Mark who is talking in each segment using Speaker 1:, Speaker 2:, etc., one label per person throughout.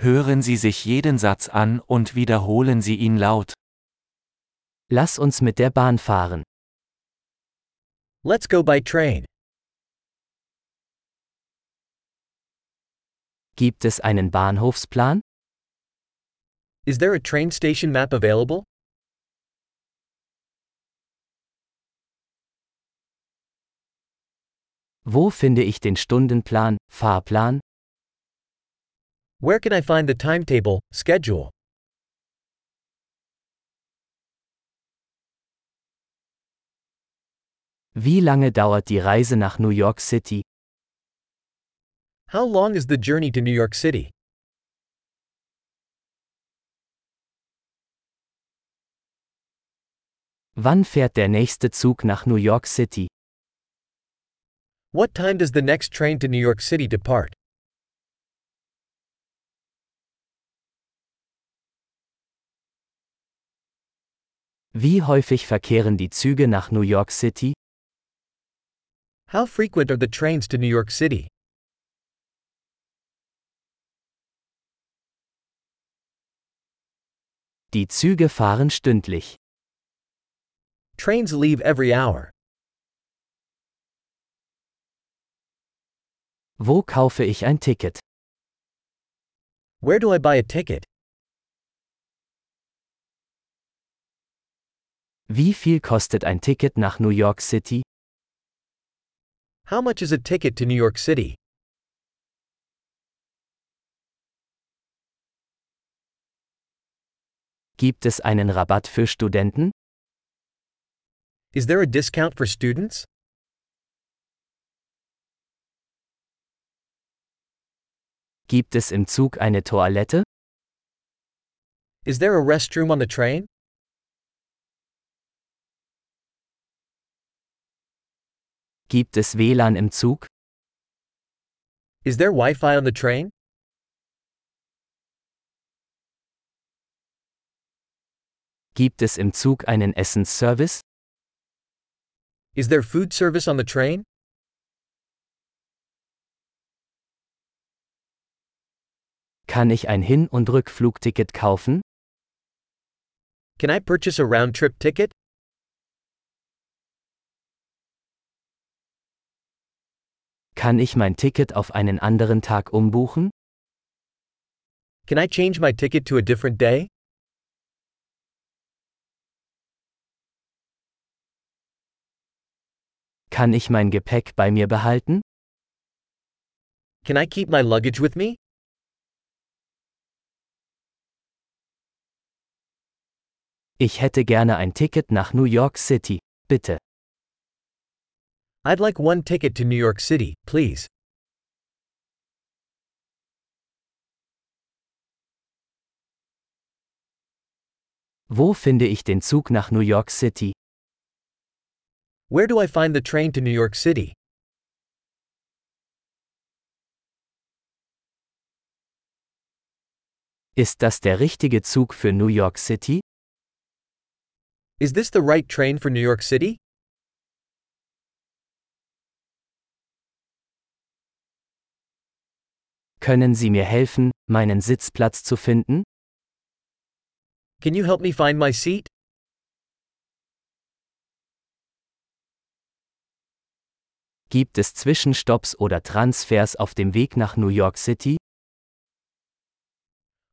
Speaker 1: Hören Sie sich jeden Satz an und wiederholen Sie ihn laut.
Speaker 2: Lass uns mit der Bahn fahren.
Speaker 3: Let's go by train.
Speaker 2: Gibt es einen Bahnhofsplan?
Speaker 3: Is there a train station map available?
Speaker 2: Wo finde ich den Stundenplan, Fahrplan?
Speaker 3: Where can I find the timetable, schedule?
Speaker 2: Wie lange dauert die Reise nach New York City?
Speaker 3: How long is the journey to New York City?
Speaker 2: Wann fährt der nächste Zug nach New York City?
Speaker 3: What time does the next train to New York City depart?
Speaker 2: Wie häufig verkehren die Züge nach New York City?
Speaker 3: How frequent are the trains to New York City?
Speaker 2: Die Züge fahren stündlich.
Speaker 3: Trains leave every hour.
Speaker 2: Wo kaufe ich ein Ticket?
Speaker 3: Where do I buy a ticket?
Speaker 2: Wie viel kostet ein Ticket nach New York City?
Speaker 3: How much is a ticket to New York City?
Speaker 2: Gibt es einen Rabatt für Studenten?
Speaker 3: Is there a discount for students?
Speaker 2: Gibt es im Zug eine Toilette?
Speaker 3: Is there a restroom on the train?
Speaker 2: Gibt es WLAN im Zug?
Speaker 3: Is there Wi Fi on the train?
Speaker 2: Gibt es im Zug einen Essensservice?
Speaker 3: Is there food service on the train?
Speaker 2: Kann ich ein Hin- und Rückflugticket kaufen?
Speaker 3: Can I purchase a round trip ticket?
Speaker 2: Kann ich mein Ticket auf einen anderen Tag umbuchen?
Speaker 3: Can I change my ticket to a different day?
Speaker 2: Kann ich mein Gepäck bei mir behalten?
Speaker 3: Can I keep my luggage with me?
Speaker 2: Ich hätte gerne ein Ticket nach New York City, bitte.
Speaker 3: I'd like one ticket to New York City, please.
Speaker 2: Wo finde ich den Zug nach New York City?
Speaker 3: Where do I find the train to New York City?
Speaker 2: Ist das der richtige Zug für New York City?
Speaker 3: Is this the right train for New York City?
Speaker 2: Können Sie mir helfen, meinen Sitzplatz zu finden?
Speaker 3: Can you help me find my seat?
Speaker 2: Gibt es Zwischenstopps oder Transfers auf dem Weg nach New York City?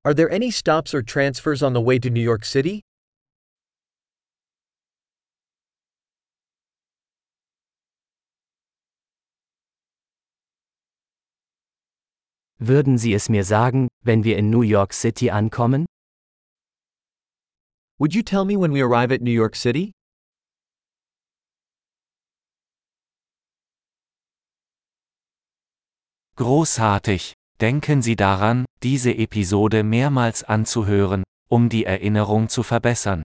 Speaker 3: Are there any stops or transfers on the way to New York City?
Speaker 2: Würden Sie es mir sagen, wenn wir in New York City ankommen?
Speaker 3: Would you tell me when we arrive at New York City?
Speaker 1: Großartig! Denken Sie daran, diese Episode mehrmals anzuhören, um die Erinnerung zu verbessern.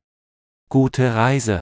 Speaker 1: Gute Reise!